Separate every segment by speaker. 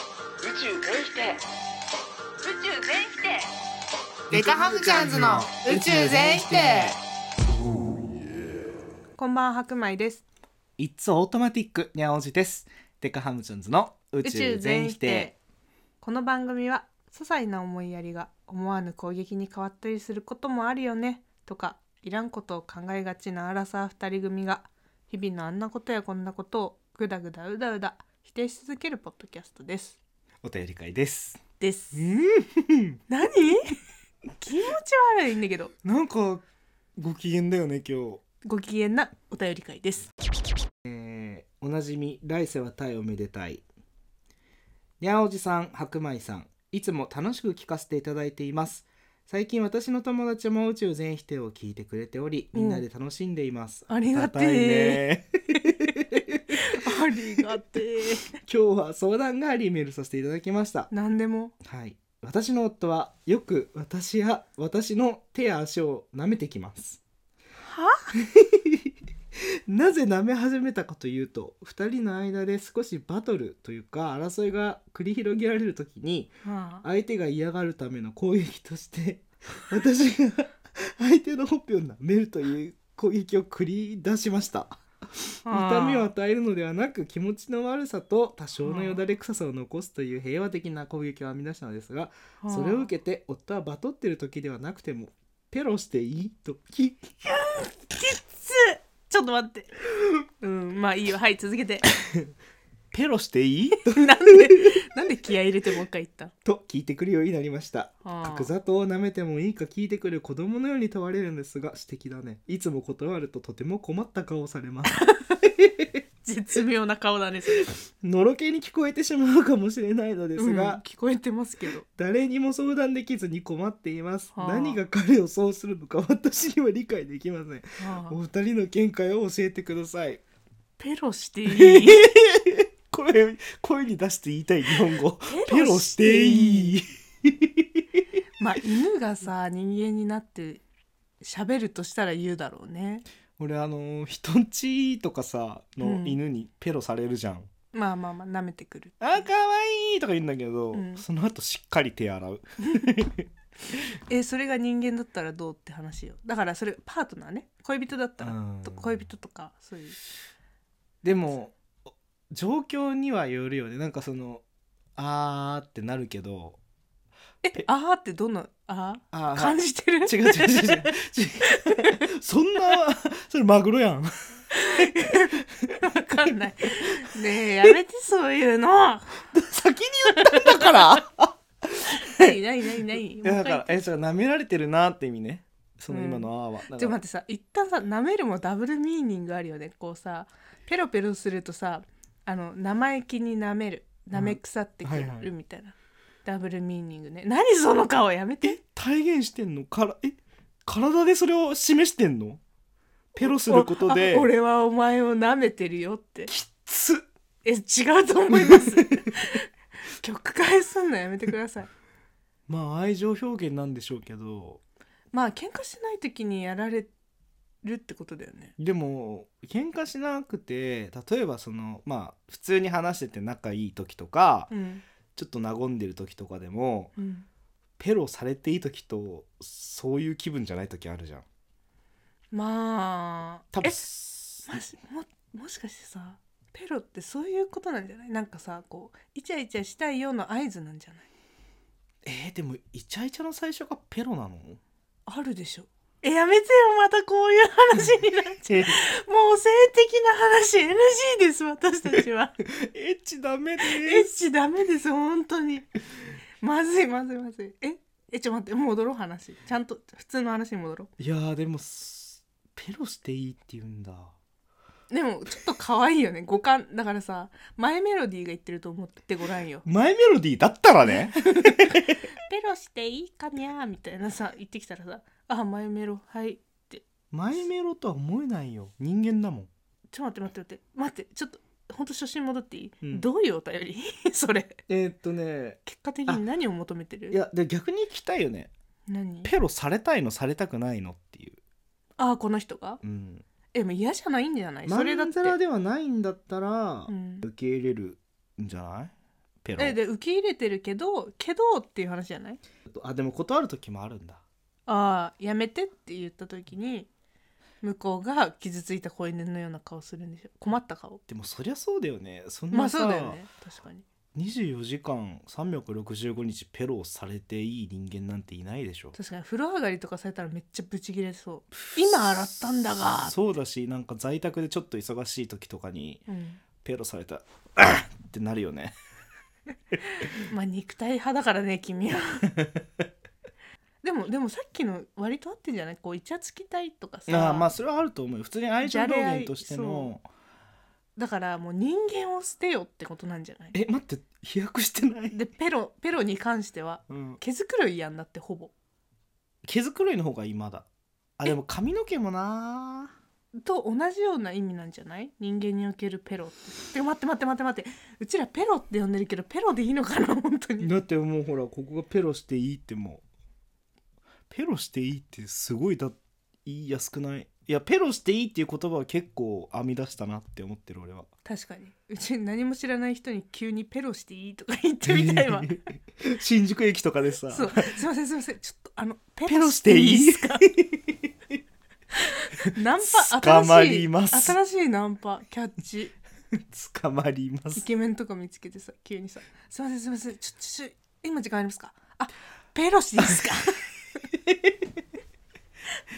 Speaker 1: 宙全否定宇宙全否定
Speaker 2: デカハムチャンズの宇宙全否定
Speaker 3: こんばんは白米です。
Speaker 4: It's Automatic にゃおじですデカハムチャンズの宇宙全否定。
Speaker 3: この番組は些細な思いやりが思わぬ攻撃に変わったりすることもあるよねとかいらんことを考えがちなアラサー二人組が日々のあんなことやこんなことをぐだぐだうだうだ否定し続けるポッドキャストです。
Speaker 4: お便り会です
Speaker 3: です。
Speaker 4: うん
Speaker 3: 何？気持ち悪いんだけど
Speaker 4: なんかご機嫌だよね今日
Speaker 3: ご機嫌なお便り会です。
Speaker 4: えーおなじみ来世は太をめでたいにゃおじさん白米さんいつも楽しく聞かせていただいています最近私の友達も宇宙全否定を聞いてくれておりみんなで楽しんでいます、
Speaker 3: ありがてえ
Speaker 4: たいね
Speaker 3: ありがてえ。
Speaker 4: 今日は相談がありメールさせていただきました
Speaker 3: 何でも
Speaker 4: はい私の夫はよく私や私の手や足を舐めてきます
Speaker 3: は
Speaker 4: なぜ舐め始めたかというと2人の間で少しバトルというか争いが繰り広げられる時に
Speaker 3: はあ、
Speaker 4: 相手が嫌がるための攻撃として私が相手のほっぺを舐めるという攻撃を繰り出しました痛みを与えるのではなく気持ちの悪さと多少のよだれ臭さを残すという平和的な攻撃を編み出したのですがそれを受けて夫はバトってる時ではなくてもペロしていいとき
Speaker 3: つちょっと待ってうんまあいいよはい続けて
Speaker 4: ペロしていいと
Speaker 3: なんでなんで気合い入れてもう一回言った
Speaker 4: と聞いてくるようになりました
Speaker 3: あー
Speaker 4: 角砂糖を舐めてもいいか聞いてくる子供のように問われるんですが指摘だねいつも断るととても困った顔をされます
Speaker 3: 絶妙な顔だねそれ
Speaker 4: のろけに聞こえてしまうかもしれないのですが、
Speaker 3: うん聞こえてますけど
Speaker 4: 誰にも相談できずに困っています、
Speaker 3: はあ
Speaker 4: 何が彼をそうするのか私には理解できません
Speaker 3: ああ
Speaker 4: お二人の見解を教えてください
Speaker 3: ペロ していい
Speaker 4: 声声に出して言いたい日本 語
Speaker 3: ペロしてい
Speaker 4: い
Speaker 3: まあ犬がさ人間になって喋るとしたら言うだろうね
Speaker 4: 俺あのー人んちとかさ
Speaker 3: う
Speaker 4: の
Speaker 3: ん
Speaker 4: 犬にペロされるじゃん、
Speaker 3: まあまあまあ舐めてくる
Speaker 4: あ可愛いとか言うんだけど、
Speaker 3: うん
Speaker 4: その後しっかり手洗う
Speaker 3: えそれが人間だったらどうって話よだからそれパートナーね恋人だったら
Speaker 4: うん
Speaker 3: と恋人とかそういう
Speaker 4: でも状況にはよるよねなんかそのあーってなるけど
Speaker 3: えあーってどんなあ
Speaker 4: あ
Speaker 3: ー
Speaker 4: ー
Speaker 3: 感じてる
Speaker 4: 違う違う違う違う違うそんなそれマグロや ん
Speaker 3: わかんない。ねえ、やめて、そうい うの。
Speaker 4: 先に言ったんだから
Speaker 3: ないないないない。
Speaker 4: いやだか
Speaker 3: も
Speaker 4: ら
Speaker 3: う一回言って
Speaker 4: えそれ舐められてるなって意味ねその今の「あ」は、だから
Speaker 3: ちょっと待ってさ、一旦さ、舐めるもダブルミーニングあるよね。こうさ、ペロペロするとさ、あの、生意気に舐める。舐め腐ってく
Speaker 4: うんはいは
Speaker 3: る
Speaker 4: い
Speaker 3: みたいな。ダブルミーニングね。何その顔やめて
Speaker 4: え。体現してんのからえ体でそれを示してんのペロすることで
Speaker 3: あ俺はお前を舐めてるよって。
Speaker 4: つ
Speaker 3: え、違うと思い ます。 曲解すんのやめてください。
Speaker 4: まあ愛情表現なんでしょうけど
Speaker 3: まあ、喧嘩しない時にやられるってことだよね。
Speaker 4: でも喧嘩しなくて例えばそのまあ普通に話してて仲いい時とか、
Speaker 3: うん。
Speaker 4: ちょっと和んでる時とかでも
Speaker 3: うん
Speaker 4: ペロされていい時とそういう気分じゃない時あるじゃん
Speaker 3: まあ
Speaker 4: 多分
Speaker 3: えましももしかしてさペロってそういうことなんじゃないなんかさこうイチャイチャしたいような合図なんじゃない
Speaker 4: えーでもイチャイチャの最初がペロなの
Speaker 3: あるでしょえやめてよまたこういう話になっ ちゃ
Speaker 4: え
Speaker 3: うもう性的な話 NG です私たちは
Speaker 4: エッチダメで
Speaker 3: エッ
Speaker 4: す
Speaker 3: チダメです本当にまずいまずいまずいええちょっと待って戻ろう話ちゃんと普通の話に戻ろ
Speaker 4: いやーでもすペロしていいって言うんだ
Speaker 3: うでもちょっと可愛いよね五感だからさ前メロディーが言ってると思ってごらんよ
Speaker 4: マイメロディーだったらね
Speaker 3: ペロしていいかにゃーみたいなさ言ってきたらさ「あマイメロはい」
Speaker 4: マイメロとは思えないよ人間だもん
Speaker 3: ちょっと待って待って待って待ってちょっとほんと初心戻っていい、
Speaker 4: うん
Speaker 3: どういうお便り それ
Speaker 4: えーっとね
Speaker 3: 結果的に何を求めてる
Speaker 4: いやで逆に聞きたいよね
Speaker 3: 何
Speaker 4: ペロされたいのされたくないのっていう、
Speaker 3: ああこの人が
Speaker 4: うん、
Speaker 3: えもう嫌じゃないんじゃない
Speaker 4: ま
Speaker 3: それだっ
Speaker 4: ん
Speaker 3: て
Speaker 4: ざらではないんだったら、
Speaker 3: うん
Speaker 4: 受け入れるんじゃないペロ
Speaker 3: えで受け入れてるけどけどっていう話じゃない
Speaker 4: あでも断る時もあるんだ
Speaker 3: ああやめてって言った時に向こうが傷ついた子犬のような顔するんでしょ困った顔
Speaker 4: でもそりゃそうだよねそん
Speaker 3: ま
Speaker 4: な
Speaker 3: あ
Speaker 4: さ、
Speaker 3: そうだよね確かに
Speaker 4: 24時間365日ペロをされていい人間なんていないでしょ
Speaker 3: 確かに風呂上がりとかされたらめっちゃブチギレそう今洗ったんだが
Speaker 4: そうだしなんか在宅でちょっと忙しい時とかに
Speaker 3: うん、
Speaker 4: ペロさ れたらあっってなるよね
Speaker 3: まあ肉体派だからね君は でもでもさっきの割と合ってんじゃないこうイチャつきたいとかさ
Speaker 4: ああまあそれはあると思うよ普通に愛情表現として
Speaker 3: じゃれ合い
Speaker 4: の
Speaker 3: だからもう人間を捨てよってことなんじゃない
Speaker 4: え待って飛躍してない、
Speaker 3: でペロペロに関しては
Speaker 4: うん、
Speaker 3: 毛づくろいやんだってほぼ
Speaker 4: 毛づくろいの方が今だあでも髪の毛もな
Speaker 3: と同じような意味なんじゃない人間におけるペロってで待って待って待って待ってうちらペロって呼んでるけどペロでいいのかな本当に
Speaker 4: だってもうほらここがペロしていいってもうペロしていいってすごいだ言いやすくないいやペロしていいっていう言葉は結構編み出したなって思ってる俺は
Speaker 3: 確かにうち何も知らない人に急にペロしていいとか言って みた いわ
Speaker 4: 新宿駅とかでさ
Speaker 3: そうすいませんすいませんちょっとあのペ
Speaker 4: ペロしていい
Speaker 3: です かナンパ
Speaker 4: 捕ま
Speaker 3: 新し
Speaker 4: り
Speaker 3: い
Speaker 4: ます
Speaker 3: 新しいナンパキャッ チ
Speaker 4: 捕まりま
Speaker 3: イ
Speaker 4: す
Speaker 3: ケメンとか見つけてさ急にさ「すいませんすいませんちょちょちょ今時間ありますかあペロしてい いですか? 」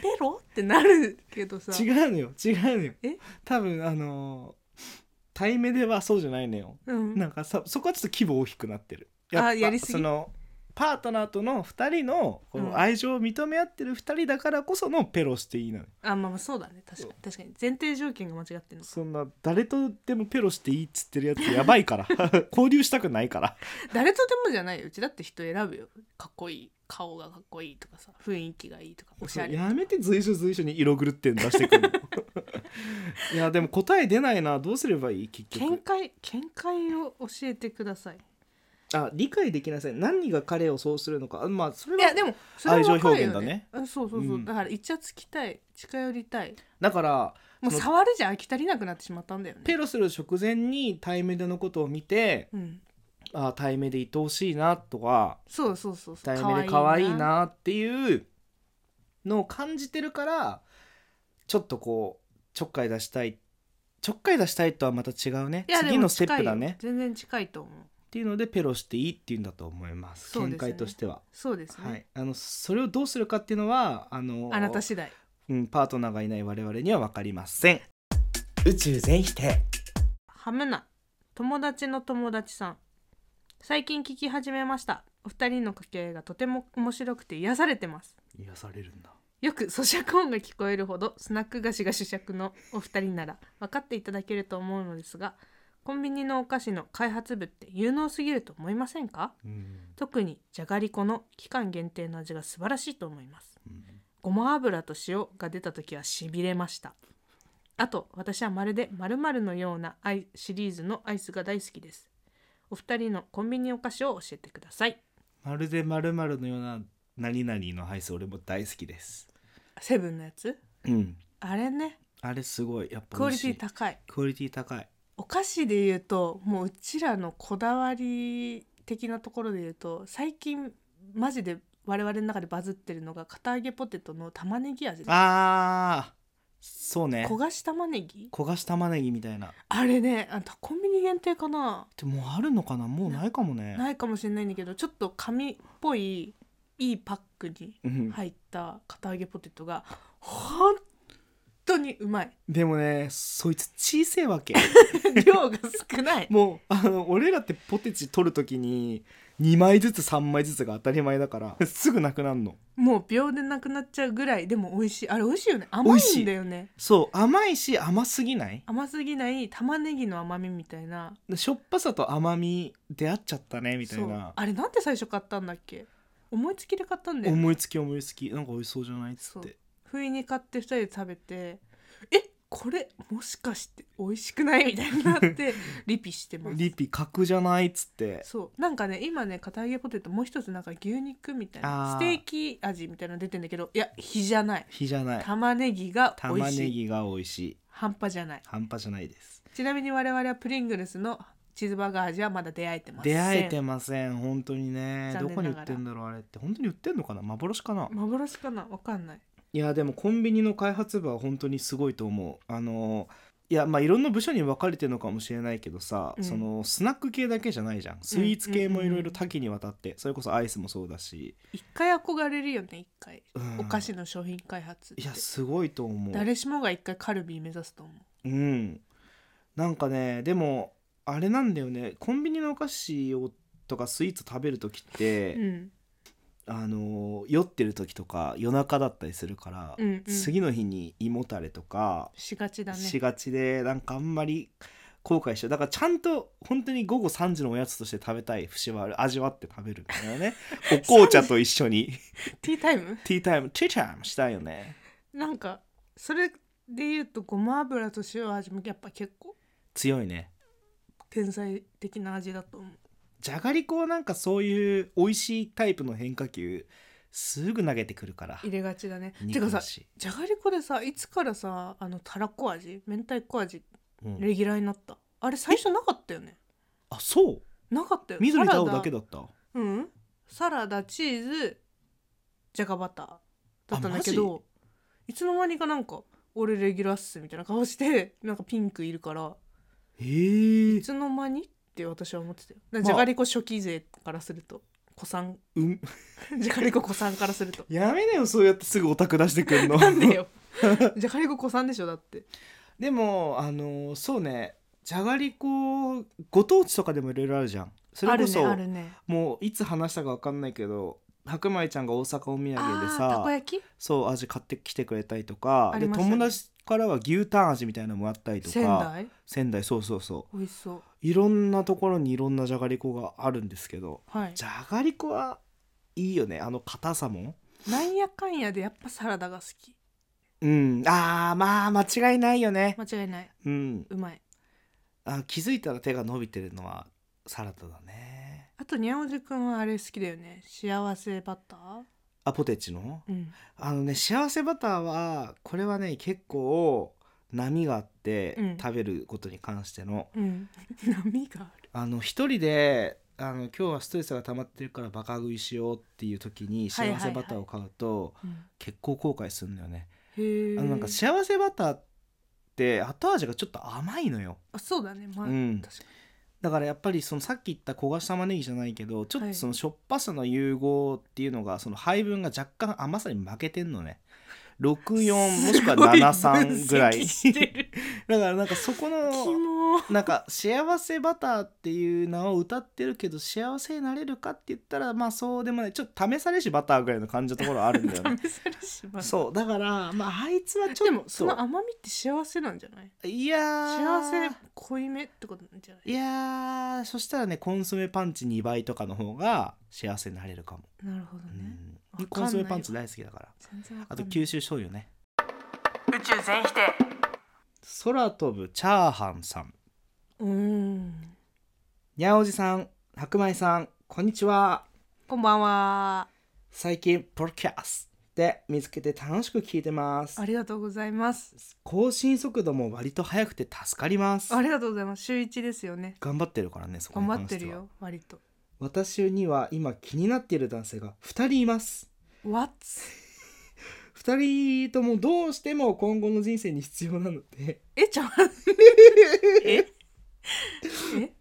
Speaker 3: ペロってなるけどさ
Speaker 4: 違うのよ違うのよ
Speaker 3: え
Speaker 4: 多分あのー対面ではそうじゃないのよ
Speaker 3: うん、
Speaker 4: なんかさそこはちょっと規模大きくなってるっ
Speaker 3: あやりすぎ
Speaker 4: そのパートナーとの2人のこ
Speaker 3: うん
Speaker 4: の愛情を認め合ってる2人だからこそのペロしていいなの、
Speaker 3: あまあまあそうだね確かに確かに前提条件が間違ってるの
Speaker 4: そんな誰とでもペロしていいっつってるやつやばい から交流したくないから
Speaker 3: 誰とでもじゃないようちだって人選ぶよかっこいい顔がかっこいいとかさ雰囲気がいいとかおしゃれ
Speaker 4: やめて随所随所に色狂ってんの出して くるのいやでも答え出ないなどうすればいい結
Speaker 3: 見
Speaker 4: 局
Speaker 3: 解見解を教えてください
Speaker 4: あ理解できなさい何が彼をそうするのかあまあそれ
Speaker 3: い
Speaker 4: は
Speaker 3: やでもそれはわかるよ
Speaker 4: 愛情表現だね
Speaker 3: うんそうそうそう、
Speaker 4: うん
Speaker 3: だからイチャつきたい近寄りたい
Speaker 4: だから
Speaker 3: もう
Speaker 4: その
Speaker 3: 触るじゃ飽き足りなくなってしまったんだよね
Speaker 4: ペロする直前に対面でのことを見て
Speaker 3: うん、
Speaker 4: あ対面で愛おしいなとか
Speaker 3: そうそうそうそう
Speaker 4: 対面で可愛いなっていうのを感じてるからちょっとこうちょっかい出したいちょっかい出したいとはまた違うね
Speaker 3: いやでも
Speaker 4: 次のステップだね
Speaker 3: 近いよ全然近いと思う
Speaker 4: っていうのでペロしていいっていうんだと思います
Speaker 3: そうですね
Speaker 4: 見解としては、
Speaker 3: そうですね、
Speaker 4: はい、あのそれをどうするかっていうのはあの
Speaker 3: あなた次第
Speaker 4: うん、パートナーがいない我々には分かりません宇宙全否定
Speaker 3: ハムナ友達の友達さん最近聞き始めましたお二人の掛け合いがとても面白くて癒されてます
Speaker 4: 癒されるんだ
Speaker 3: よく咀嚼音が聞こえるほどスナック菓子が主役のお二人なら分かっていただけると思うのですがコンビニのお菓子の開発部って有能すぎると思いませんか
Speaker 4: うん、
Speaker 3: 特にじゃがりこの期間限定の味が素晴らしいと思います
Speaker 4: うん
Speaker 3: ごま油と塩が出た時はしびれましたあと私はまるで〇〇のようなアイシリーズのアイスが大好きですお二人のコンビニお菓子を教えてください
Speaker 4: まるでまるまるのような何々の配送俺も大好きです
Speaker 3: セブンのやつ
Speaker 4: うん
Speaker 3: あれね
Speaker 4: あれすごいやっぱ
Speaker 3: クオ
Speaker 4: 美味
Speaker 3: リ
Speaker 4: し
Speaker 3: テ
Speaker 4: い
Speaker 3: ィ高い
Speaker 4: クオリティ高い
Speaker 3: お菓子で言うともううちらのこだわり的なところで言うと最近マジで我々の中でバズってるのが片揚げポテトの玉ねぎ味です
Speaker 4: あーそうね
Speaker 3: 焦がし玉ねぎ
Speaker 4: 焦がし玉ねぎみたいな
Speaker 3: あれねあんたコンビニ限定かな
Speaker 4: でもうあるのかなもうないかもね
Speaker 3: ないかもしれないんだけどちょっと紙っぽいいいパックに
Speaker 4: うん
Speaker 3: 入った片揚げポテトが本当にうまい
Speaker 4: でもねそいつ小せえわけ
Speaker 3: 量が 少ない
Speaker 4: もうあの俺らってポテチ取る時に2枚ずつ3枚ずつが当たり前だからすぐなくなるの
Speaker 3: もう秒でなくなっちゃうぐらいでも美味しいあれ美味しいよね甘いんだよね
Speaker 4: そう甘いし甘すぎない
Speaker 3: 甘すぎない玉ねぎの甘みみたいな
Speaker 4: しょっぱさと甘み出会っちゃったねみたい
Speaker 3: そう
Speaker 4: な
Speaker 3: あれなんで最初買ったんだっけ思いつきで買ったんだよね
Speaker 4: 思いつき思いつきなんか美味しそうじゃないっつっ
Speaker 3: そう
Speaker 4: て
Speaker 3: 不意に買って2人で食べてえこれもしかして美味しくないみたいになって リピしてます
Speaker 4: リピ格じゃないっつって
Speaker 3: そうなんかね今ね片揚げポテトもう一つなんか牛肉みたいな
Speaker 4: あー
Speaker 3: ステーキ味みたいなの出てんだけどいや火じゃない
Speaker 4: 火じゃない
Speaker 3: 玉ねぎが美
Speaker 4: 玉
Speaker 3: 味
Speaker 4: ね
Speaker 3: しい
Speaker 4: ぎが美味しい
Speaker 3: 半端じゃない
Speaker 4: 半端じゃないです
Speaker 3: ちなみに我々はプリングルスのチーズバーガー味はまだ出会えてません
Speaker 4: 出会えてません本当にね
Speaker 3: 残
Speaker 4: ど
Speaker 3: 念
Speaker 4: こに
Speaker 3: ながら
Speaker 4: 売ってんだろうあれって本当に売ってんのかな幻かな、
Speaker 3: 幻かなわかんない
Speaker 4: いやでもコンビニの開発部は本当にすごいと思うあのいやまあいろんな部署に分かれてるのかもしれないけどさ、
Speaker 3: うん
Speaker 4: そのスナック系だけじゃないじゃんスイーツ系もいろいろ多岐にわたって、それこそアイスもそうだし、
Speaker 3: 一回憧れるよね一回
Speaker 4: うん
Speaker 3: お菓子の商品開発って
Speaker 4: いやすごいと思う
Speaker 3: 誰しもが一回カルビー目指すと思う
Speaker 4: うんなんかねでもあれなんだよねコンビニのお菓子をとかスイーツ食べる時って、
Speaker 3: うん
Speaker 4: あの酔ってる時とか夜中だったりするから、
Speaker 3: うんうん
Speaker 4: 次の日に胃もたれとか
Speaker 3: しがちだね
Speaker 4: しがちでなんかあんまり後悔しちゃうだからちゃんと本当に午後3時のおやつとして食べたい節はある味わって食べるんだよ ねお紅茶と一緒に
Speaker 3: ティータイム
Speaker 4: ティータイムティータイムしたいよね
Speaker 3: なんかそれで言うとごま油と塩味もやっぱ結構
Speaker 4: 強いね
Speaker 3: 天才的な味だと思う
Speaker 4: じゃがりこはなんかそういう美味しいタイプの変化球すぐ投げてくるから
Speaker 3: 入れがちだねて
Speaker 4: 肉
Speaker 3: かさ
Speaker 4: だし
Speaker 3: じゃがりこでさいつからさあのたらこ味明太子味
Speaker 4: うん
Speaker 3: レギュラーになったあれ最初なかったよね
Speaker 4: あそう
Speaker 3: なかったよ
Speaker 4: 緑と青
Speaker 3: サラ
Speaker 4: だけだった
Speaker 3: うんサラダチーズじゃがバターだったんだけ
Speaker 4: あ
Speaker 3: どいつの間にかなんか俺レギュラーっすみたいな顔して なんかピンクいるから
Speaker 4: へえ
Speaker 3: いつの間にって私は思ってたよ
Speaker 4: ま
Speaker 3: だから
Speaker 4: あ
Speaker 3: じゃがりこ初期勢からすると子さん
Speaker 4: うん
Speaker 3: じゃがりこ子さんからすると
Speaker 4: やめなよそうやってすぐオタク出してくるの
Speaker 3: なん でよじゃがりこ子さんでしょだって
Speaker 4: でもあのそうねじゃがりこご当地とかでもいろいろあるじゃんそれこそ、
Speaker 3: あるね
Speaker 4: もういつ話したか分かんないけど白米ちゃんが大阪お土産で
Speaker 3: あるねあーたこ
Speaker 4: さ
Speaker 3: 焼き
Speaker 4: そう味買ってきてくれたりとか、
Speaker 3: あ
Speaker 4: で
Speaker 3: りましたね
Speaker 4: 友達からは牛タン味みたいなのもらったりとか
Speaker 3: 仙台
Speaker 4: 仙台そうそうそう
Speaker 3: 美味しそう
Speaker 4: いろんなところにいろんなじゃがりこがあるんですけど
Speaker 3: はい
Speaker 4: じゃがりこはいいよねあの硬さも
Speaker 3: なんやかんやでやっぱサラダが好き
Speaker 4: うんあーまあ間違いないよね
Speaker 3: 間違いない
Speaker 4: うん
Speaker 3: うまい
Speaker 4: あ気づいたら手が伸びてるのはサラダだね
Speaker 3: あとにゃおじくんはあれ好きだよね幸せバター
Speaker 4: あポテチの
Speaker 3: うん
Speaker 4: あのね幸せバターはこれはね結構波があって、
Speaker 3: うん
Speaker 4: 食べることに関しての
Speaker 3: うん 波がある
Speaker 4: あの一人であの今日はストレスが溜まってるからバカ食いしようっていう時に
Speaker 3: はいはいは
Speaker 4: 幸
Speaker 3: い
Speaker 4: せバターを買うと結構後悔するんだよね、
Speaker 3: へえ
Speaker 4: あのなんか幸せバターって後味がちょっと甘いのよ、
Speaker 3: あそうだねまあ、
Speaker 4: うん
Speaker 3: 確かに
Speaker 4: だからやっぱりそのさっき言った焦がし玉ねぎじゃないけどちょっ
Speaker 3: は
Speaker 4: と
Speaker 3: い
Speaker 4: そのしょっぱさの融合っていうのがその配分が若干甘さに負けてんの ね64もしくは73ぐらい
Speaker 3: すご分析してる
Speaker 4: だからなんか そこ
Speaker 3: キ
Speaker 4: の
Speaker 3: モ
Speaker 4: なんか幸せバターっていう名を歌ってるけど幸せになれるかって言ったらまあそうでもないちょっと試されしバターぐらいの感じのところあるんだよね
Speaker 3: 試されしまう
Speaker 4: そうだからまああいつはち
Speaker 3: で
Speaker 4: ょっ
Speaker 3: もその
Speaker 4: と
Speaker 3: 甘みって幸せなんじゃない
Speaker 4: いやー
Speaker 3: 幸せ濃いめってことなんじゃない
Speaker 4: いやーそしたらねコンソメパンチ2倍とかの方が幸せになれるかも、
Speaker 3: なるほど
Speaker 4: う
Speaker 3: ね、
Speaker 4: ん
Speaker 3: わかんないよ
Speaker 4: コンソメパンチ大好きだから
Speaker 3: 全然わ
Speaker 4: あ
Speaker 3: かんな
Speaker 4: と
Speaker 3: い
Speaker 4: 九州醤油ね
Speaker 1: 宇宙全否定
Speaker 4: 空飛ぶチャーハンさん
Speaker 3: うーん
Speaker 4: にゃおじさん白米さんこんにちは
Speaker 3: こんばんは
Speaker 4: 最近ポロキャスで見つけて楽しく聞いてます
Speaker 3: ありがとうございます
Speaker 4: 更新速度も割と速くて助かります
Speaker 3: ありがとうございます週一ですよね
Speaker 4: 頑張ってるからねそこ
Speaker 3: 頑
Speaker 4: に
Speaker 3: 張
Speaker 4: 関
Speaker 3: っ
Speaker 4: して
Speaker 3: て
Speaker 4: は
Speaker 3: るよ割と
Speaker 4: 私には今気になっている男性が2人います
Speaker 3: What?
Speaker 4: 2人ともどうしても今後の人生に必要なので
Speaker 3: えちゃん ええ、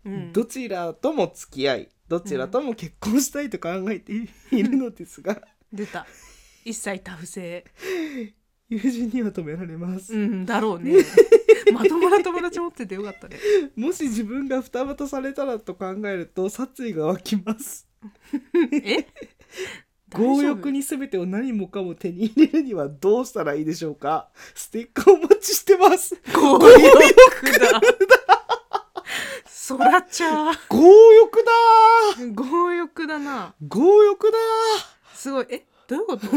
Speaker 3: うん、
Speaker 4: どちらとも付き合いどちらとも結婚したいと考えているのですが、
Speaker 3: 出た一切多不 正
Speaker 4: 友人には止められます、
Speaker 3: うんだろう ねまともな友達持っててよかった ね
Speaker 4: もし自分が二股されたらと考えると殺意が湧きます
Speaker 3: え
Speaker 4: 強欲に全てを何もかも手に入れるにはどうしたらいいでしょうかステッカーお待ちして ます
Speaker 3: 強欲だそらちゃ
Speaker 4: 強欲だ
Speaker 3: 強欲だな
Speaker 4: ー強欲だー
Speaker 3: すごいえどういう こと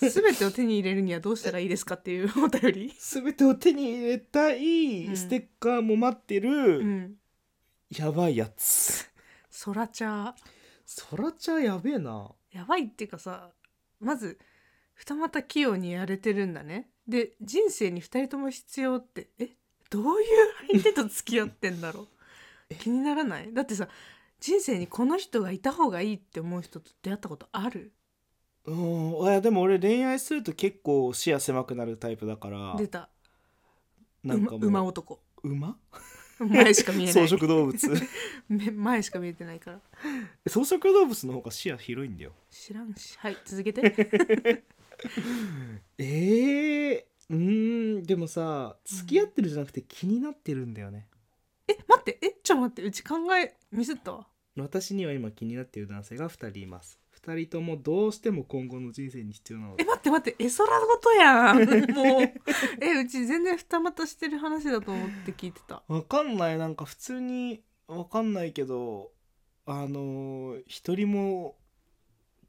Speaker 3: 全てを手に入れるにはどうしたらいいですかっていうお便り
Speaker 4: 全てを手に入れた
Speaker 3: う
Speaker 4: い
Speaker 3: ん
Speaker 4: ステッカーも待ってる、
Speaker 3: うん
Speaker 4: やばいやつ
Speaker 3: そらちゃ
Speaker 4: そらちゃんやべえな
Speaker 3: やばいっていうかさまず二股器用にやれてるんだねで 人生に二人とも必要ってえどういう相手と付き合ってんだろう気にならないだってさ人生にこの人がいた方がいいって思う人と出会ったことある
Speaker 4: うんいやでも俺恋愛すると結構視野狭くなるタイプだから
Speaker 3: 出た
Speaker 4: なんかもう
Speaker 3: 馬馬男
Speaker 4: 馬
Speaker 3: 前しか見えな
Speaker 4: 草
Speaker 3: い
Speaker 4: 食動物
Speaker 3: め 前しか見えてないから
Speaker 4: 草食動物の方が視野広いんだよ
Speaker 3: 知らんしはい続けて
Speaker 4: ええー、うーんでもさ付き合ってるじゃなくて気になってるんだよね、
Speaker 3: え待ってえちょっと待ってうち考えミスったわ
Speaker 4: 私には今気になっている男性が2人います2人ともどうしても今後の人生に必要なの
Speaker 3: え
Speaker 4: で
Speaker 3: 待って待って絵空事やん もうえうち全然二股してる話だと思って聞いてた
Speaker 4: わかんないなんか普通にわかんないけどあのー一人も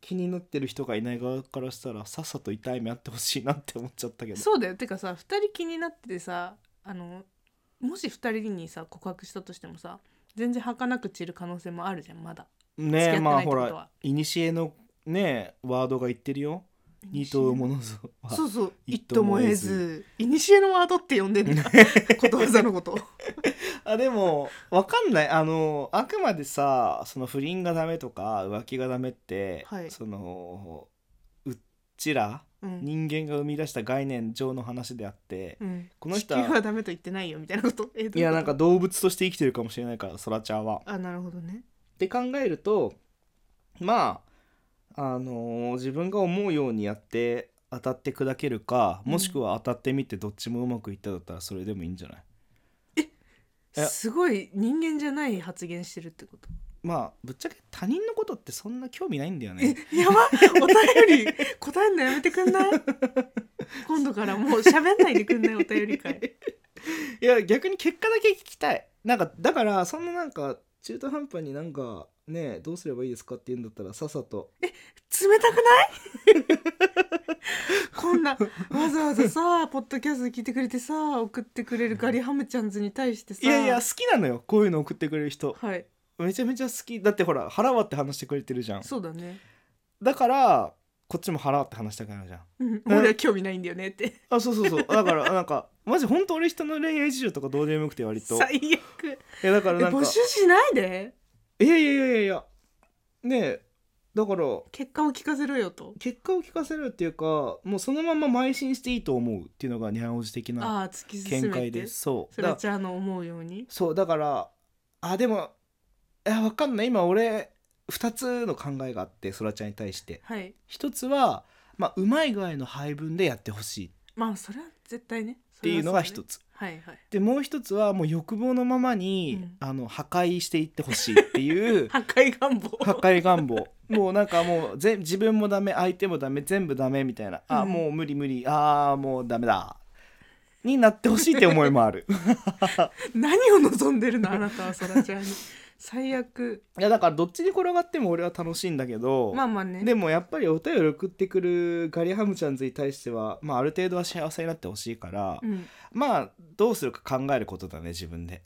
Speaker 4: 気になってる人がいない側からしたらさっさと痛い目あってほしいなって思っちゃったけど
Speaker 3: そうだよてかさ二人気になっててさあのもし二人にさ告白したとしてもさ全然儚く散る可能性もあるじゃんまだ
Speaker 4: ねえまあほ
Speaker 3: 付き合ってないってことは
Speaker 4: らいにしえのねワードが言ってるよ二頭ものぞは
Speaker 3: そうそう「
Speaker 4: 一
Speaker 3: 一
Speaker 4: 頭
Speaker 3: 頭
Speaker 4: も
Speaker 3: も
Speaker 4: 得
Speaker 3: え
Speaker 4: ず
Speaker 3: ず」「いにしえのワード」って呼んでんだことわざ のこと
Speaker 4: あでもわかんないあのあくまでさその不倫がダメとか浮気がダメって、
Speaker 3: はい
Speaker 4: そのうちら
Speaker 3: うん、
Speaker 4: 人間が生み出した概念上の話であって、
Speaker 3: うん、
Speaker 4: この人は
Speaker 3: 地球はダメと言ってないよみたいなことえどううこと
Speaker 4: いやなんか動物として生きてるかもしれないからそらちゃんは。
Speaker 3: あなるほどね
Speaker 4: って考えるとまああのー自分が思うようにやって当たって砕けるかもしくは当たってみてどっちもうまくいっただったらそれでもいいんじゃないえ
Speaker 3: すごい人間じゃない発言してるってこと
Speaker 4: まあぶっちゃけ他人のことってそんな興味ないんだよ ね。
Speaker 3: やばお便り答えんのやめて くんない今度からもう喋んないでくんないお便り会
Speaker 4: いや逆に結果だけ聞きたいなんかだからそんななんか中途半端になんかねどうすればいいですかって言うんだったらさっさと
Speaker 3: 冷たくない こんなわざわざさポッドキャスト聞いてくれてさ送ってくれるガリハムちゃんズに対してさ
Speaker 4: いやいや好きなのよこういうの送ってくれる人
Speaker 3: はい
Speaker 4: めちゃめちゃ好きだってほら腹割って話してくれてるじゃん
Speaker 3: そうだね
Speaker 4: だからこっちも腹割って話したくなるじゃん
Speaker 3: うん俺は興味ないんだよねって
Speaker 4: あそう そうそうだからなんかマジ本当俺人の恋愛事情とかどうでもよくて割と
Speaker 3: 最
Speaker 4: い
Speaker 3: 悪
Speaker 4: やだか
Speaker 3: え
Speaker 4: らなんか
Speaker 3: 募集しないで
Speaker 4: いやいやいやいやいやねえだから
Speaker 3: 結果を聞かせろよと
Speaker 4: 結果を聞かせるっていうかもうそのまま邁進していいと思うっていうのがニャンオジ的な
Speaker 3: ああ突き進めて
Speaker 4: 見解ですそう
Speaker 3: それ
Speaker 4: だ
Speaker 3: ちゃんの思うように
Speaker 4: そうだからあでもいやわかんない今俺2つの考えがあってそらちゃんに対して
Speaker 3: はい
Speaker 4: 1つは、まあ、うまい具合の配分でやってほしいっ
Speaker 3: まあそれは絶対ねって
Speaker 4: いうのが1つ、
Speaker 3: はいはい
Speaker 4: でもう1つはもう欲望のままに、
Speaker 3: うん
Speaker 4: あの破壊していってほしいってい う
Speaker 3: 破壊願望
Speaker 4: 破壊願望もうなんかもうぜ自分もダメ相手もダメ全部ダメみたいなあ、
Speaker 3: うん
Speaker 4: もう無理無理あーもうダメだになってほしいって思いもあ る
Speaker 3: 何を望んでるのあ なたはそらちゃんに最悪
Speaker 4: いやだからどっちに転がっても俺は楽しいんだけど、
Speaker 3: まあまあね
Speaker 4: でもやっぱりお便り送ってくるガリハムちゃんズに対しては、まあ、ある程度は幸せになってほしいから、
Speaker 3: うん、
Speaker 4: まあどうするか考えることだね自分で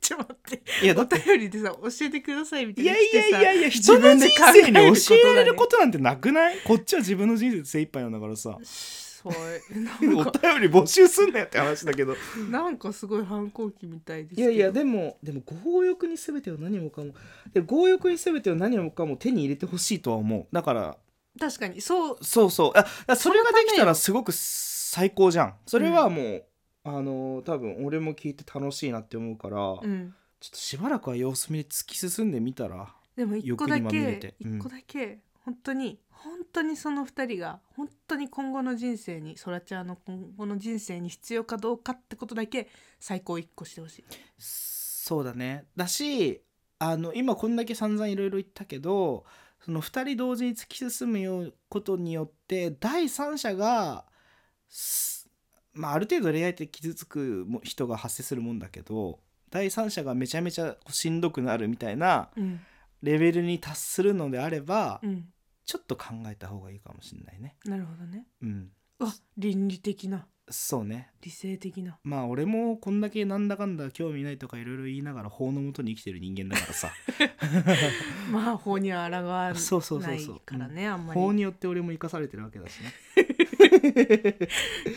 Speaker 3: ちょっと待って
Speaker 4: いやだ
Speaker 3: お
Speaker 4: って
Speaker 3: 便りでさ教えてくださいみたい
Speaker 4: い
Speaker 3: な
Speaker 4: やいやいやいや
Speaker 3: 自
Speaker 4: 人の
Speaker 3: 分で
Speaker 4: 人
Speaker 3: 考え
Speaker 4: 生
Speaker 3: ることだね
Speaker 4: に教えられることなんてなくないこっちは自分の人生で精一杯なんだから さ
Speaker 3: そう
Speaker 4: お便
Speaker 3: なんか
Speaker 4: り募集すんなよって話だけど
Speaker 3: なんかすごい反抗期みたいです
Speaker 4: い
Speaker 3: け
Speaker 4: や
Speaker 3: ど
Speaker 4: いやでもでも強欲に全てを何もかもで強欲に全てを何もかも手に入れてほしいとは思うだから
Speaker 3: 確かにそう
Speaker 4: そうそうああそれができた
Speaker 3: そのため
Speaker 4: ら
Speaker 3: よ
Speaker 4: すごく最高じゃんそれはもう、あの多分俺も聞いて楽しいなって思うから、ち
Speaker 3: う
Speaker 4: ょっ
Speaker 3: ん
Speaker 4: としばらくは様子見で突き進んでみたら
Speaker 3: でも一個だ
Speaker 4: 欲にまみれ
Speaker 3: け
Speaker 4: てうん
Speaker 3: 一個だけ本当に本当にその二人が本当に今後の人生にそらちゃんの今後の人生に必要かどうかってことだけ最高一個してほしい
Speaker 4: そうだねだしあの今こんだけ散々いろいろ言ったけどその2人同時に突き進むようことによって第三者が、すまあ、ある程度恋愛って傷つくも人が発生するもんだけど第三者がめちゃめちゃこうしんどくなるみたいな
Speaker 3: うん
Speaker 4: レベルに達するのであれば、
Speaker 3: うん
Speaker 4: ちょっと考えた方がいいかもしれないね。
Speaker 3: なるほどね
Speaker 4: うん、
Speaker 3: あ倫理的な
Speaker 4: そうね
Speaker 3: 理性的な
Speaker 4: まあ俺もこんだけなんだかんだ興味ないとかいろいろ言いながら法のもとに生きてる人間だからさ。
Speaker 3: まあ法には抗わ
Speaker 4: そうそうそ
Speaker 3: な
Speaker 4: う
Speaker 3: い
Speaker 4: そう
Speaker 3: からねあんまり
Speaker 4: 法によって俺も生かされてるわけだしね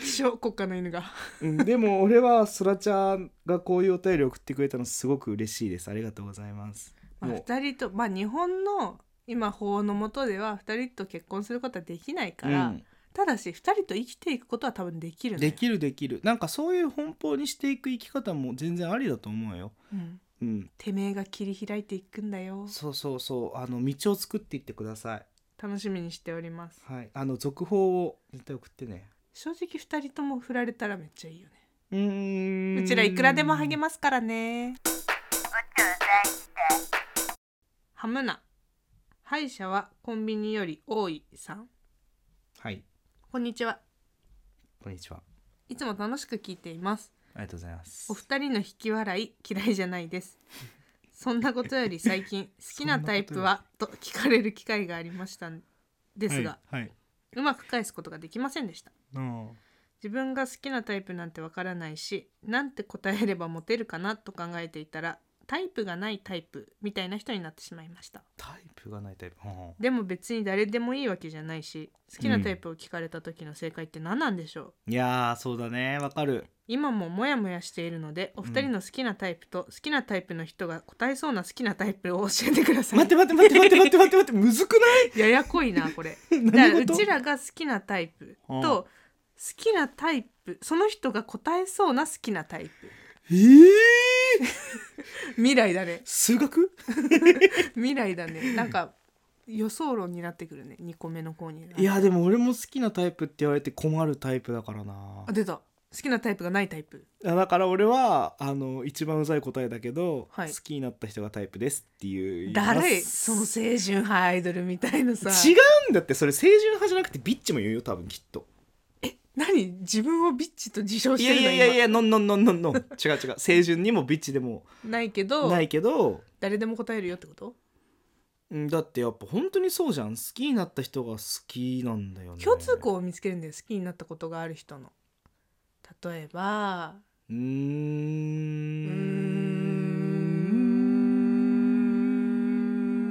Speaker 3: 希少国家の犬が
Speaker 4: うんでも俺はそらちゃんがこういうお便りを送ってくれたのすごく嬉しいですありがとうございます
Speaker 3: まあ、
Speaker 4: もう
Speaker 3: 2人と、まあ、日本の今法の下では2人と結婚することはできないから、
Speaker 4: うん
Speaker 3: ただし2人と生きていくことは多分できるのよ
Speaker 4: できるできるなんかそういう奔放にしていく生き方も全然ありだと思うよ
Speaker 3: うん
Speaker 4: うん
Speaker 3: てめえが切り開いていくんだよ
Speaker 4: そうそうそうあの道を作っていってください
Speaker 3: 楽しみにしております
Speaker 4: はいあの続報を絶対送ってね
Speaker 3: 正直2人とも振られたらめっちゃいいよね
Speaker 4: うーん
Speaker 3: うちらいくらでも励ますからねハムナ歯医者はコンビニより多いさん
Speaker 4: はい
Speaker 3: こんにちは
Speaker 4: こんにちはい
Speaker 3: つも楽しく聞いています
Speaker 4: ありがとうございます
Speaker 3: お二人の引き笑い嫌いじゃないですそんなことより最近好きなタイプはと聞かれる機会がありましたんですが、
Speaker 4: はい、はい、
Speaker 3: うまく返すことができませんでした
Speaker 4: うん
Speaker 3: 自分が好きなタイプなんてわからないしなんて答えればモテるかなと考えていたらタイプがないタイプみたいな人になってしまいました
Speaker 4: タイプがないタイプ、うん
Speaker 3: でも別に誰でもいいわけじゃないし好きなタイプを聞かれた時の正解って何なんでしょう、
Speaker 4: いやーそうだねわかる
Speaker 3: 今もモヤモヤしているのでお二人の好きなタイプと好きなタイプの人が答えそうな好きなタイプを教えてください
Speaker 4: 待って待って待って待って待って待って待ってむずくない
Speaker 3: ややこいな これ
Speaker 4: 何
Speaker 3: だからう
Speaker 4: 事
Speaker 3: ちらが好きなタイプ
Speaker 4: うん
Speaker 3: と好きなタイプその人が答えそうな好きなタイ
Speaker 4: えー、
Speaker 3: プ未来だね
Speaker 4: 数学
Speaker 3: 未来だねなんか予想論になってくるね2個目の方に
Speaker 4: いやでも俺も好きなタイプって言われて困るタイプだからな
Speaker 3: あ出た好きなタイプがないタイプ
Speaker 4: あだから俺はあの一番うざい答えだけど、
Speaker 3: はい
Speaker 4: 好きになった人がタイプですっていう
Speaker 3: 誰
Speaker 4: 言います
Speaker 3: その青春派アイドルみたいなさ
Speaker 4: 違うんだってそれ清純派じゃなくてビッチも言うよ多分きっと
Speaker 3: 何自分をビッチと自称し
Speaker 4: い
Speaker 3: て
Speaker 4: や
Speaker 3: る
Speaker 4: い
Speaker 3: の
Speaker 4: やいやいやノンノンノンノンノン 違う違う清純にもビッチでも
Speaker 3: 今ないけど
Speaker 4: ないけど
Speaker 3: 誰でも答えるよってこと
Speaker 4: うんだってやっぱ本当にそうじゃん好きになった人が好きなんだよね
Speaker 3: 共通項を見つけるんだよ好きになったことがある人の例えば
Speaker 4: うーん
Speaker 3: うー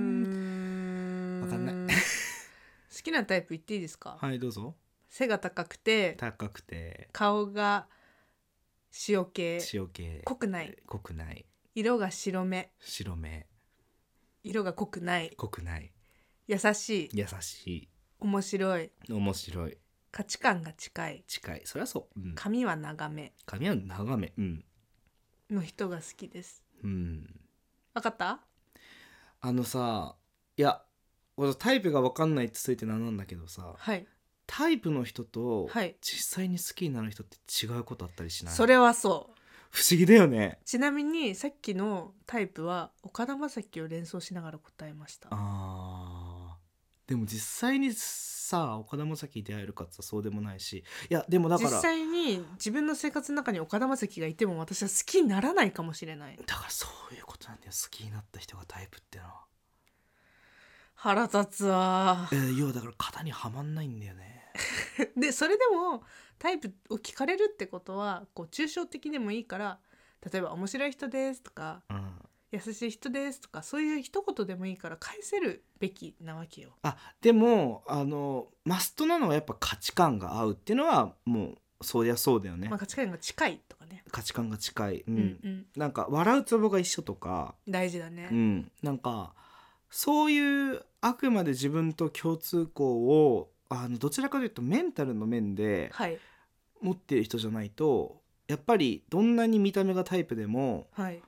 Speaker 3: ん
Speaker 4: わかん
Speaker 3: ない 好きなタイプ言っていいですか、
Speaker 4: はいどうぞ
Speaker 3: 背が高くて
Speaker 4: 高くて
Speaker 3: 顔が塩系
Speaker 4: 塩系
Speaker 3: 濃くない
Speaker 4: 濃くない
Speaker 3: 色が白目
Speaker 4: 白目
Speaker 3: 色が濃くない
Speaker 4: 濃くない
Speaker 3: 優しい
Speaker 4: 優し
Speaker 3: 面白い
Speaker 4: い面白い
Speaker 3: 価値観が近い
Speaker 4: 近いそりゃそう、うん、
Speaker 3: 髪は長め
Speaker 4: 髪は長めうん
Speaker 3: の人が好きです
Speaker 4: うん
Speaker 3: わかった
Speaker 4: あのさいや俺タイプが分かんないってついてなんなんだけどさ
Speaker 3: はい
Speaker 4: タイプの人と
Speaker 3: はい
Speaker 4: 実際に好きになる人って違うことあったりしない、
Speaker 3: それはそう
Speaker 4: 不思議だよね
Speaker 3: ちなみにさっきのタイプは岡田将生を連想しながら答えました
Speaker 4: あーでも実際にさ岡田将生に出会えるかってさそうでもないしいやでもだから
Speaker 3: 実
Speaker 4: だか
Speaker 3: 際に自分の生活の中に岡田将生がいても私は好きにならないかもしれない
Speaker 4: らそういうことなんだよ好きになった人がタイプってのは、
Speaker 3: 腹立つわ
Speaker 4: えー、要はだから型にはまんないんだよね
Speaker 3: でそれでもタイプを聞かれるってことはこう抽象的でもいいから例えば「面白い人です」とか
Speaker 4: うん
Speaker 3: 「優しい人です」とかそういう一言でもいいから返せるべきなわけよ
Speaker 4: あでもあのマストなのはやっぱ価値観が合うっていうのはもうそりゃそうだよね、
Speaker 3: まあ価値観が近いとかね
Speaker 4: 価値観が近い、うん
Speaker 3: うんうん
Speaker 4: なんか笑うツボが一緒とか、
Speaker 3: 大事だね
Speaker 4: うん、なんかそういうあくまで自分と共通項をあのどちらかというとメンタルの面で
Speaker 3: はい
Speaker 4: 持ってる人じゃないとやっぱりどんなに見た目がタイプでも、
Speaker 3: はい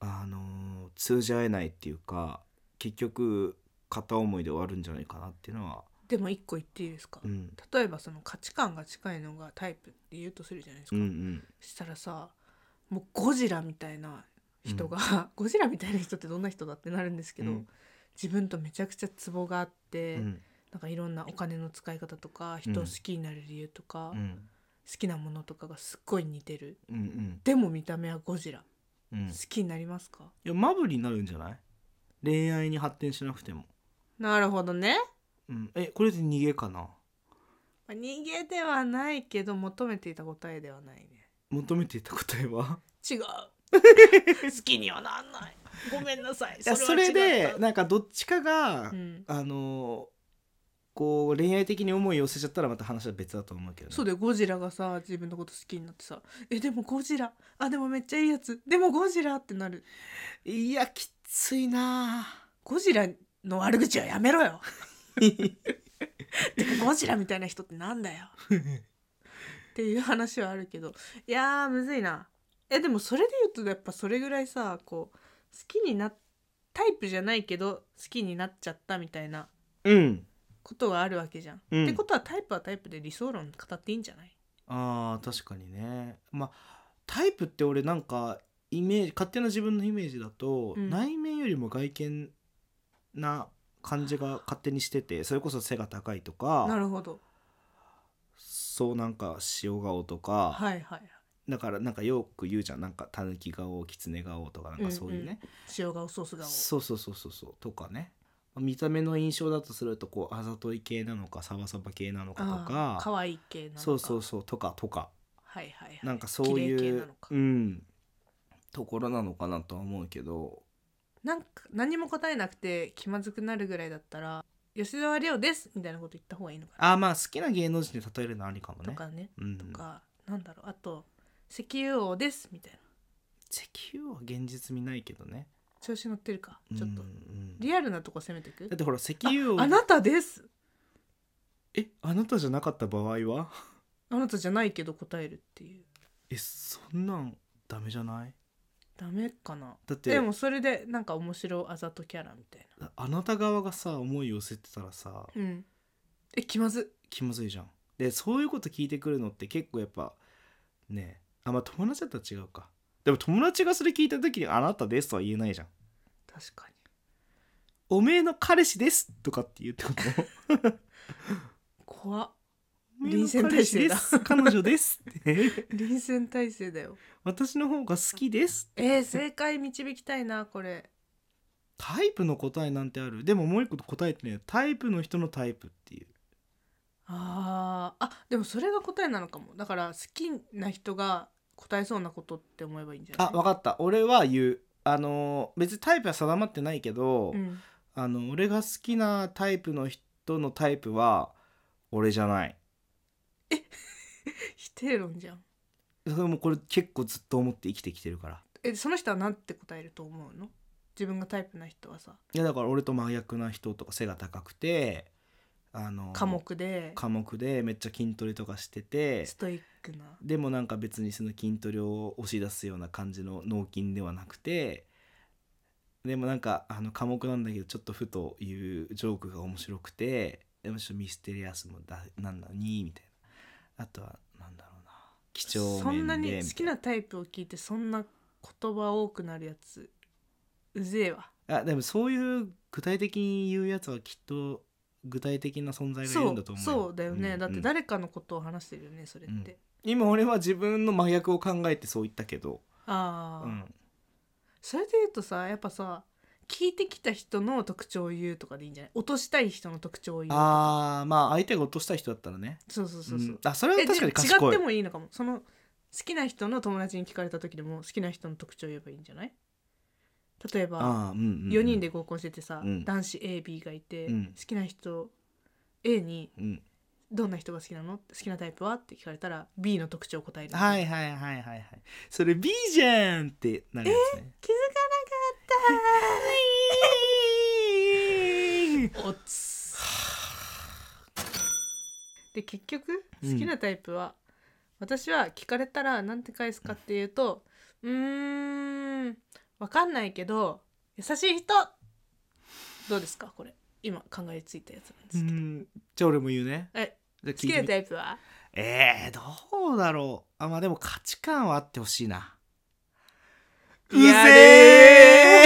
Speaker 4: あの通じ合えないっていうか結局片思いで終わるんじゃないかなっていうのは、
Speaker 3: でも一個言っていいですか、
Speaker 4: うん、
Speaker 3: 例えばその価値観が近いのがタイプって言うとするじゃないです
Speaker 4: うんう
Speaker 3: か、
Speaker 4: ん
Speaker 3: したらさもうゴジラみたいな人が、 ゴジラみたいな人ってどんな人だってなるんですけど、
Speaker 4: うん
Speaker 3: 自分とめちゃくちゃツボがあって、
Speaker 4: うん
Speaker 3: なんかいろんなお金の使い方とか人を好きになる理由とか、
Speaker 4: う
Speaker 3: 好
Speaker 4: ん
Speaker 3: きなものとかがすっごい似てる
Speaker 4: うん
Speaker 3: でも見た目はゴジラ、
Speaker 4: うんうん
Speaker 3: 好きになりますか
Speaker 4: いやマブリになるんじゃない恋愛に発展しなくても、
Speaker 3: なるほどね
Speaker 4: うん、えこれで逃げかな
Speaker 3: まあ逃げではないけど求めていた答えではないね
Speaker 4: 求めていた答えは
Speaker 3: 違 う好きにはなんないごめんなさい
Speaker 4: いやそ
Speaker 3: は違
Speaker 4: れ
Speaker 3: った
Speaker 4: でなんかどっちかが、
Speaker 3: うん
Speaker 4: あのーこう恋愛的に思いを寄せちゃったらまた話は別だと思うけど、ね、
Speaker 3: そうだよゴジラがさ自分のこと好きになってさ「えでもゴジラあでもめっちゃいいやつでもゴジラ」ってなる
Speaker 4: いやきついなあ
Speaker 3: ゴジラの悪口はやめろよてかゴジラみたいな人ってなんだよっていう話はあるけどいやーむずいなえでもそれで言うとやっぱそれぐらいさこう好きになタイプじゃないけど好きになっちゃったみたいな
Speaker 4: うん
Speaker 3: ことがあるわけじゃん、
Speaker 4: うん
Speaker 3: ってことはタイプはタイプで理想論語っていいんじゃない
Speaker 4: あー確かにねまあタイプって俺なんかイメージ勝手な自分のイメージだと、
Speaker 3: うん
Speaker 4: 内面よりも外見な感じが勝手にしててそれこそ背が高いと
Speaker 3: な
Speaker 4: か
Speaker 3: るほど
Speaker 4: そうなんか塩顔とか、
Speaker 3: はいはいはい
Speaker 4: だからなんかよく言うじゃんなんかたぬき顔キツネ顔とかなんかそういうね、
Speaker 3: 塩顔ソース顔
Speaker 4: そうそうそうそうそうとかね見た目の印象だとするとこうあざとい系なのかサバサバ系なのかと
Speaker 3: あー
Speaker 4: か
Speaker 3: 可愛い系なのか
Speaker 4: そうそうそうとかとか
Speaker 3: はいはいはい
Speaker 4: なんかそう
Speaker 3: 綺麗
Speaker 4: い
Speaker 3: 系
Speaker 4: う
Speaker 3: なのか
Speaker 4: うんところなのかなとは思うけど
Speaker 3: なんか何も答えなくて気まずくなるぐらいだったら吉沢亮ですみたいなこと言った方がいいのかな
Speaker 4: あーまあ好きな芸能人で例えるのありかもね
Speaker 3: とかね
Speaker 4: うん、
Speaker 3: とか、なんだろうあと石油王ですみたいな
Speaker 4: 石油は現実味ないけどね
Speaker 3: 調子乗ってるかちょっと、
Speaker 4: うんうん
Speaker 3: リアルなとこ攻めていく
Speaker 4: だってほら石油を
Speaker 3: あなたです
Speaker 4: えあなたじゃなかった場合は
Speaker 3: あなたじゃないけど答えるっていう
Speaker 4: えそんなんダメじゃない
Speaker 3: ダメかな
Speaker 4: だって
Speaker 3: でもそれでなんか面白あざとキャラみたい
Speaker 4: あなた側がさ思いを寄せてたらさ
Speaker 3: なうんえ気まず
Speaker 4: 気まずいじゃんでそういうこと聞いてくるのって結構やっぱねえあまあ友達だったら違うかでも友達がそれ聞いた時に「あなたです」とは言えないじゃん
Speaker 3: 確かに
Speaker 4: 「おめえの彼氏です」とかって言 っても「
Speaker 3: 怖っ
Speaker 4: おめえの彼氏です」「彼女です」って
Speaker 3: 臨戦態勢だよ
Speaker 4: 「私の方が好きです」
Speaker 3: えー、正解導きたいなこれ
Speaker 4: タイプの答えなんてあるでももう一個答えてねタイプの人のタイプっていう
Speaker 3: あーあでもそれが答えなのかもだから好きな人が答えそうなことって思えばいいんじゃない
Speaker 4: あ分かった俺は言うあのー別にタイプは定まってないけど、
Speaker 3: うん、
Speaker 4: あの俺が好きなタイプの人のタイプは俺じゃない
Speaker 3: 否定論じゃん
Speaker 4: それもこれ結構ずっと思って生きてきてるから
Speaker 3: えその人は何て答えると思うの自分がタイプな人はさ
Speaker 4: いやだから俺と真逆な人とか背が高くてあの
Speaker 3: 寡黙で
Speaker 4: 寡黙でめっちゃ筋トレとかしてて
Speaker 3: ストイックな
Speaker 4: でもなんか別にその筋トレを押し出すような感じの脳筋ではなくてでもなんかあの寡黙なんだけどちょっとふと言うジョークが面白くてでもちょっとミステリアスもだなんだにみたいなあとはなんだろうな貴重
Speaker 3: そんな
Speaker 4: 面で
Speaker 3: に好きなタイプを聞いてそんな言葉多くなるやつうぜえわ
Speaker 4: あでもそういう具体的に言うやつはきっと具体的な存在がい
Speaker 3: そ
Speaker 4: るんだ
Speaker 3: う
Speaker 4: と思う
Speaker 3: そうだよね、
Speaker 4: うん
Speaker 3: だって誰かのことを話してるよねそれって、
Speaker 4: うん今俺は自分の真逆を考えてそう言ったけど、
Speaker 3: ああ、
Speaker 4: うん、
Speaker 3: それで言うとさやっぱさ聞いてきた人の特徴を言うとかでいいんじゃない落としたい人の特徴を言うとか
Speaker 4: ああまあ相手が落とした人だったらね
Speaker 3: そうそうそうそう、
Speaker 4: んあそれは
Speaker 3: え
Speaker 4: 確かに
Speaker 3: じゃ
Speaker 4: 賢い
Speaker 3: 違ってもいいのかもその好きな人の友達に聞かれた時でも好きな人の特徴を言えばいいんじゃない例えば
Speaker 4: あー、うんうんうん、
Speaker 3: 4人で合コンしててさ、
Speaker 4: うん
Speaker 3: 男子 AB がいて、
Speaker 4: うん
Speaker 3: 好きな人 A に
Speaker 4: うん、
Speaker 3: 「どんな人が好きなの好きなタイプは?」って聞かれたら B の特徴を答える
Speaker 4: はいはいはいはいはいそれ B じゃんってなるやつね
Speaker 3: 気づかなかったおつで結局
Speaker 4: うん
Speaker 3: 好きなタイプは、私は聞かれたら何て返すかっていうと「うーんわかんないけど優しい人」どうですかこれ今考えついたやつなんで
Speaker 4: う
Speaker 3: すけど、
Speaker 4: んじゃあ俺も言うね
Speaker 3: え
Speaker 4: じゃあ
Speaker 3: 好
Speaker 4: 聞い
Speaker 3: き
Speaker 4: て
Speaker 3: な
Speaker 4: み
Speaker 3: タイプは
Speaker 4: えー、どうだろうあまあでも価値観はあってほしいなう
Speaker 3: リアル
Speaker 4: ぜ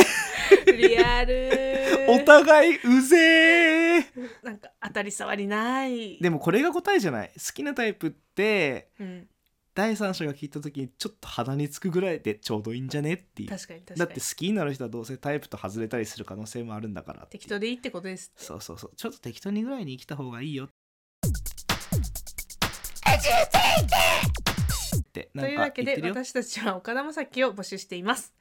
Speaker 4: ー
Speaker 3: リアル
Speaker 4: お互いうぜー
Speaker 3: なんか当たり障りない
Speaker 4: でもこれが答えじゃない好きなタイプって
Speaker 3: うん、
Speaker 4: 第三者が聞いた時にちょっと鼻につくぐらいでちょうどいいんじゃねっていう
Speaker 3: 確かに確
Speaker 4: だ
Speaker 3: か
Speaker 4: っ
Speaker 3: に
Speaker 4: て好きになる人はどうせタイプと外れたりする可能性もあるんだからっていう
Speaker 3: 適当でいいってことですって
Speaker 4: そうそうそうちょっと適当にぐらいに生きた方がいいよってな
Speaker 3: と
Speaker 4: ん
Speaker 3: いうわ
Speaker 4: か
Speaker 3: け
Speaker 4: 言ってる
Speaker 3: で
Speaker 4: よ
Speaker 3: 私たちは岡田将生を募集しています。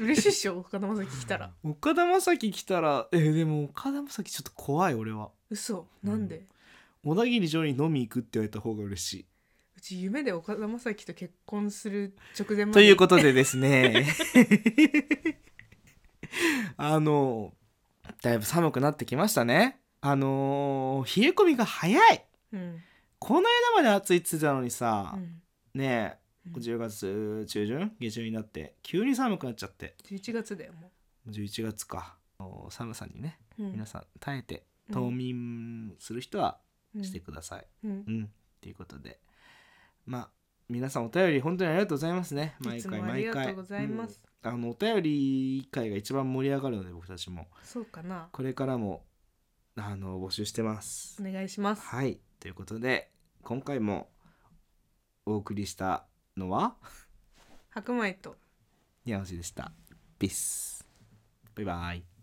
Speaker 3: 嬉しいっしょ岡田 将生来たら
Speaker 4: 岡田将生来たらえーでも岡田将生ちょっと怖い俺は
Speaker 3: 嘘なんで、
Speaker 4: う小田切城に飲み行くって言われた方が嬉しい。
Speaker 3: うち夢で岡田将生と結婚する直前まで
Speaker 4: ということでです ねあのだいぶ寒くなってきましたねあの冷え込みが早い
Speaker 3: うん
Speaker 4: この間まで暑いって言ってたのにさ、
Speaker 3: うん、
Speaker 4: ねえ
Speaker 3: うん
Speaker 4: 10月中旬下旬になって急に寒くなっちゃって
Speaker 3: 11月だよも
Speaker 4: 11月かお寒さにね
Speaker 3: う、うん、
Speaker 4: 皆さん耐えて
Speaker 3: うん
Speaker 4: 冬眠する人は
Speaker 3: うん
Speaker 4: してください、
Speaker 3: うん
Speaker 4: うん、っていうことで、まあ皆さんお便り本当にありがとうございますね。毎
Speaker 3: いつも
Speaker 4: 回
Speaker 3: あ
Speaker 4: 毎
Speaker 3: り
Speaker 4: 回。
Speaker 3: がとうございます、
Speaker 4: うんあのお便り会が一番盛り上がるので僕たちも
Speaker 3: そうかな
Speaker 4: これからもあの募集してます
Speaker 3: お。願いします
Speaker 4: はいということで今回もお送りしたのは
Speaker 3: 白米と
Speaker 4: にゃおしでした。ピース。バイバイ。